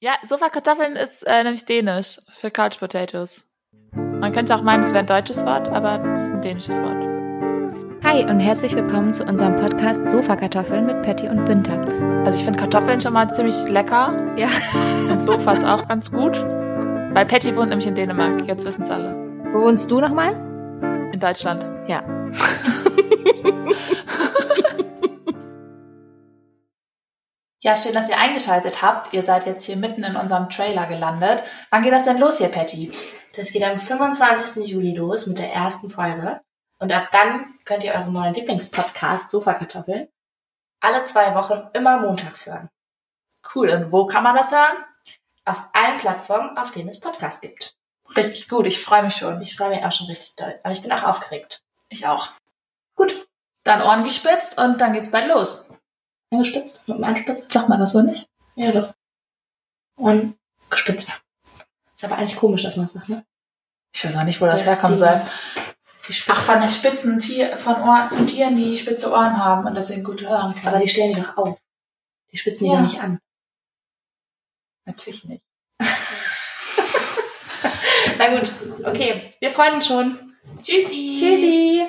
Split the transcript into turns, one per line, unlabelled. Ja, Sofakartoffeln ist äh, nämlich dänisch für Couch Potatoes. Man könnte auch meinen, es wäre ein deutsches Wort, aber es ist ein dänisches Wort.
Hi und herzlich willkommen zu unserem Podcast Sofakartoffeln mit Patty und Günther.
Also ich finde Kartoffeln schon mal ziemlich lecker
Ja.
und Sofas auch ganz gut. Weil Patty wohnt nämlich in Dänemark, jetzt wissen es alle.
Wo wohnst du nochmal?
In Deutschland.
Ja.
Ja, schön, dass ihr eingeschaltet habt. Ihr seid jetzt hier mitten in unserem Trailer gelandet. Wann geht das denn los hier, Patty?
Das geht am 25. Juli los mit der ersten Folge. Und ab dann könnt ihr euren neuen Lieblingspodcast Sofakartoffeln alle zwei Wochen immer montags hören.
Cool, und wo kann man das hören?
Auf allen Plattformen, auf denen es Podcasts gibt.
Richtig gut, ich freue mich schon.
Ich freue mich auch schon richtig doll. Aber ich bin auch aufgeregt.
Ich auch.
Gut.
Dann Ohren gespitzt und dann geht's bald los.
Angespitzt? Mit dem Angespitzt?
Sag mal das so nicht.
Ja, doch. Und gespitzt. Ist aber eigentlich komisch, dass man es sagt, ne?
Ich weiß auch nicht, wo das
Das
herkommen
die-
soll.
Die Spitze.
Ach, von den spitzen Tier, von, Ohren, von Tieren, die spitze Ohren haben und deswegen gut hören können.
Aber die stellen die doch auf. Die spitzen die
Ja.
doch nicht an.
natürlich nicht.
Na gut. Okay. Wir freuen uns schon.
Tschüssi.
Tschüssi.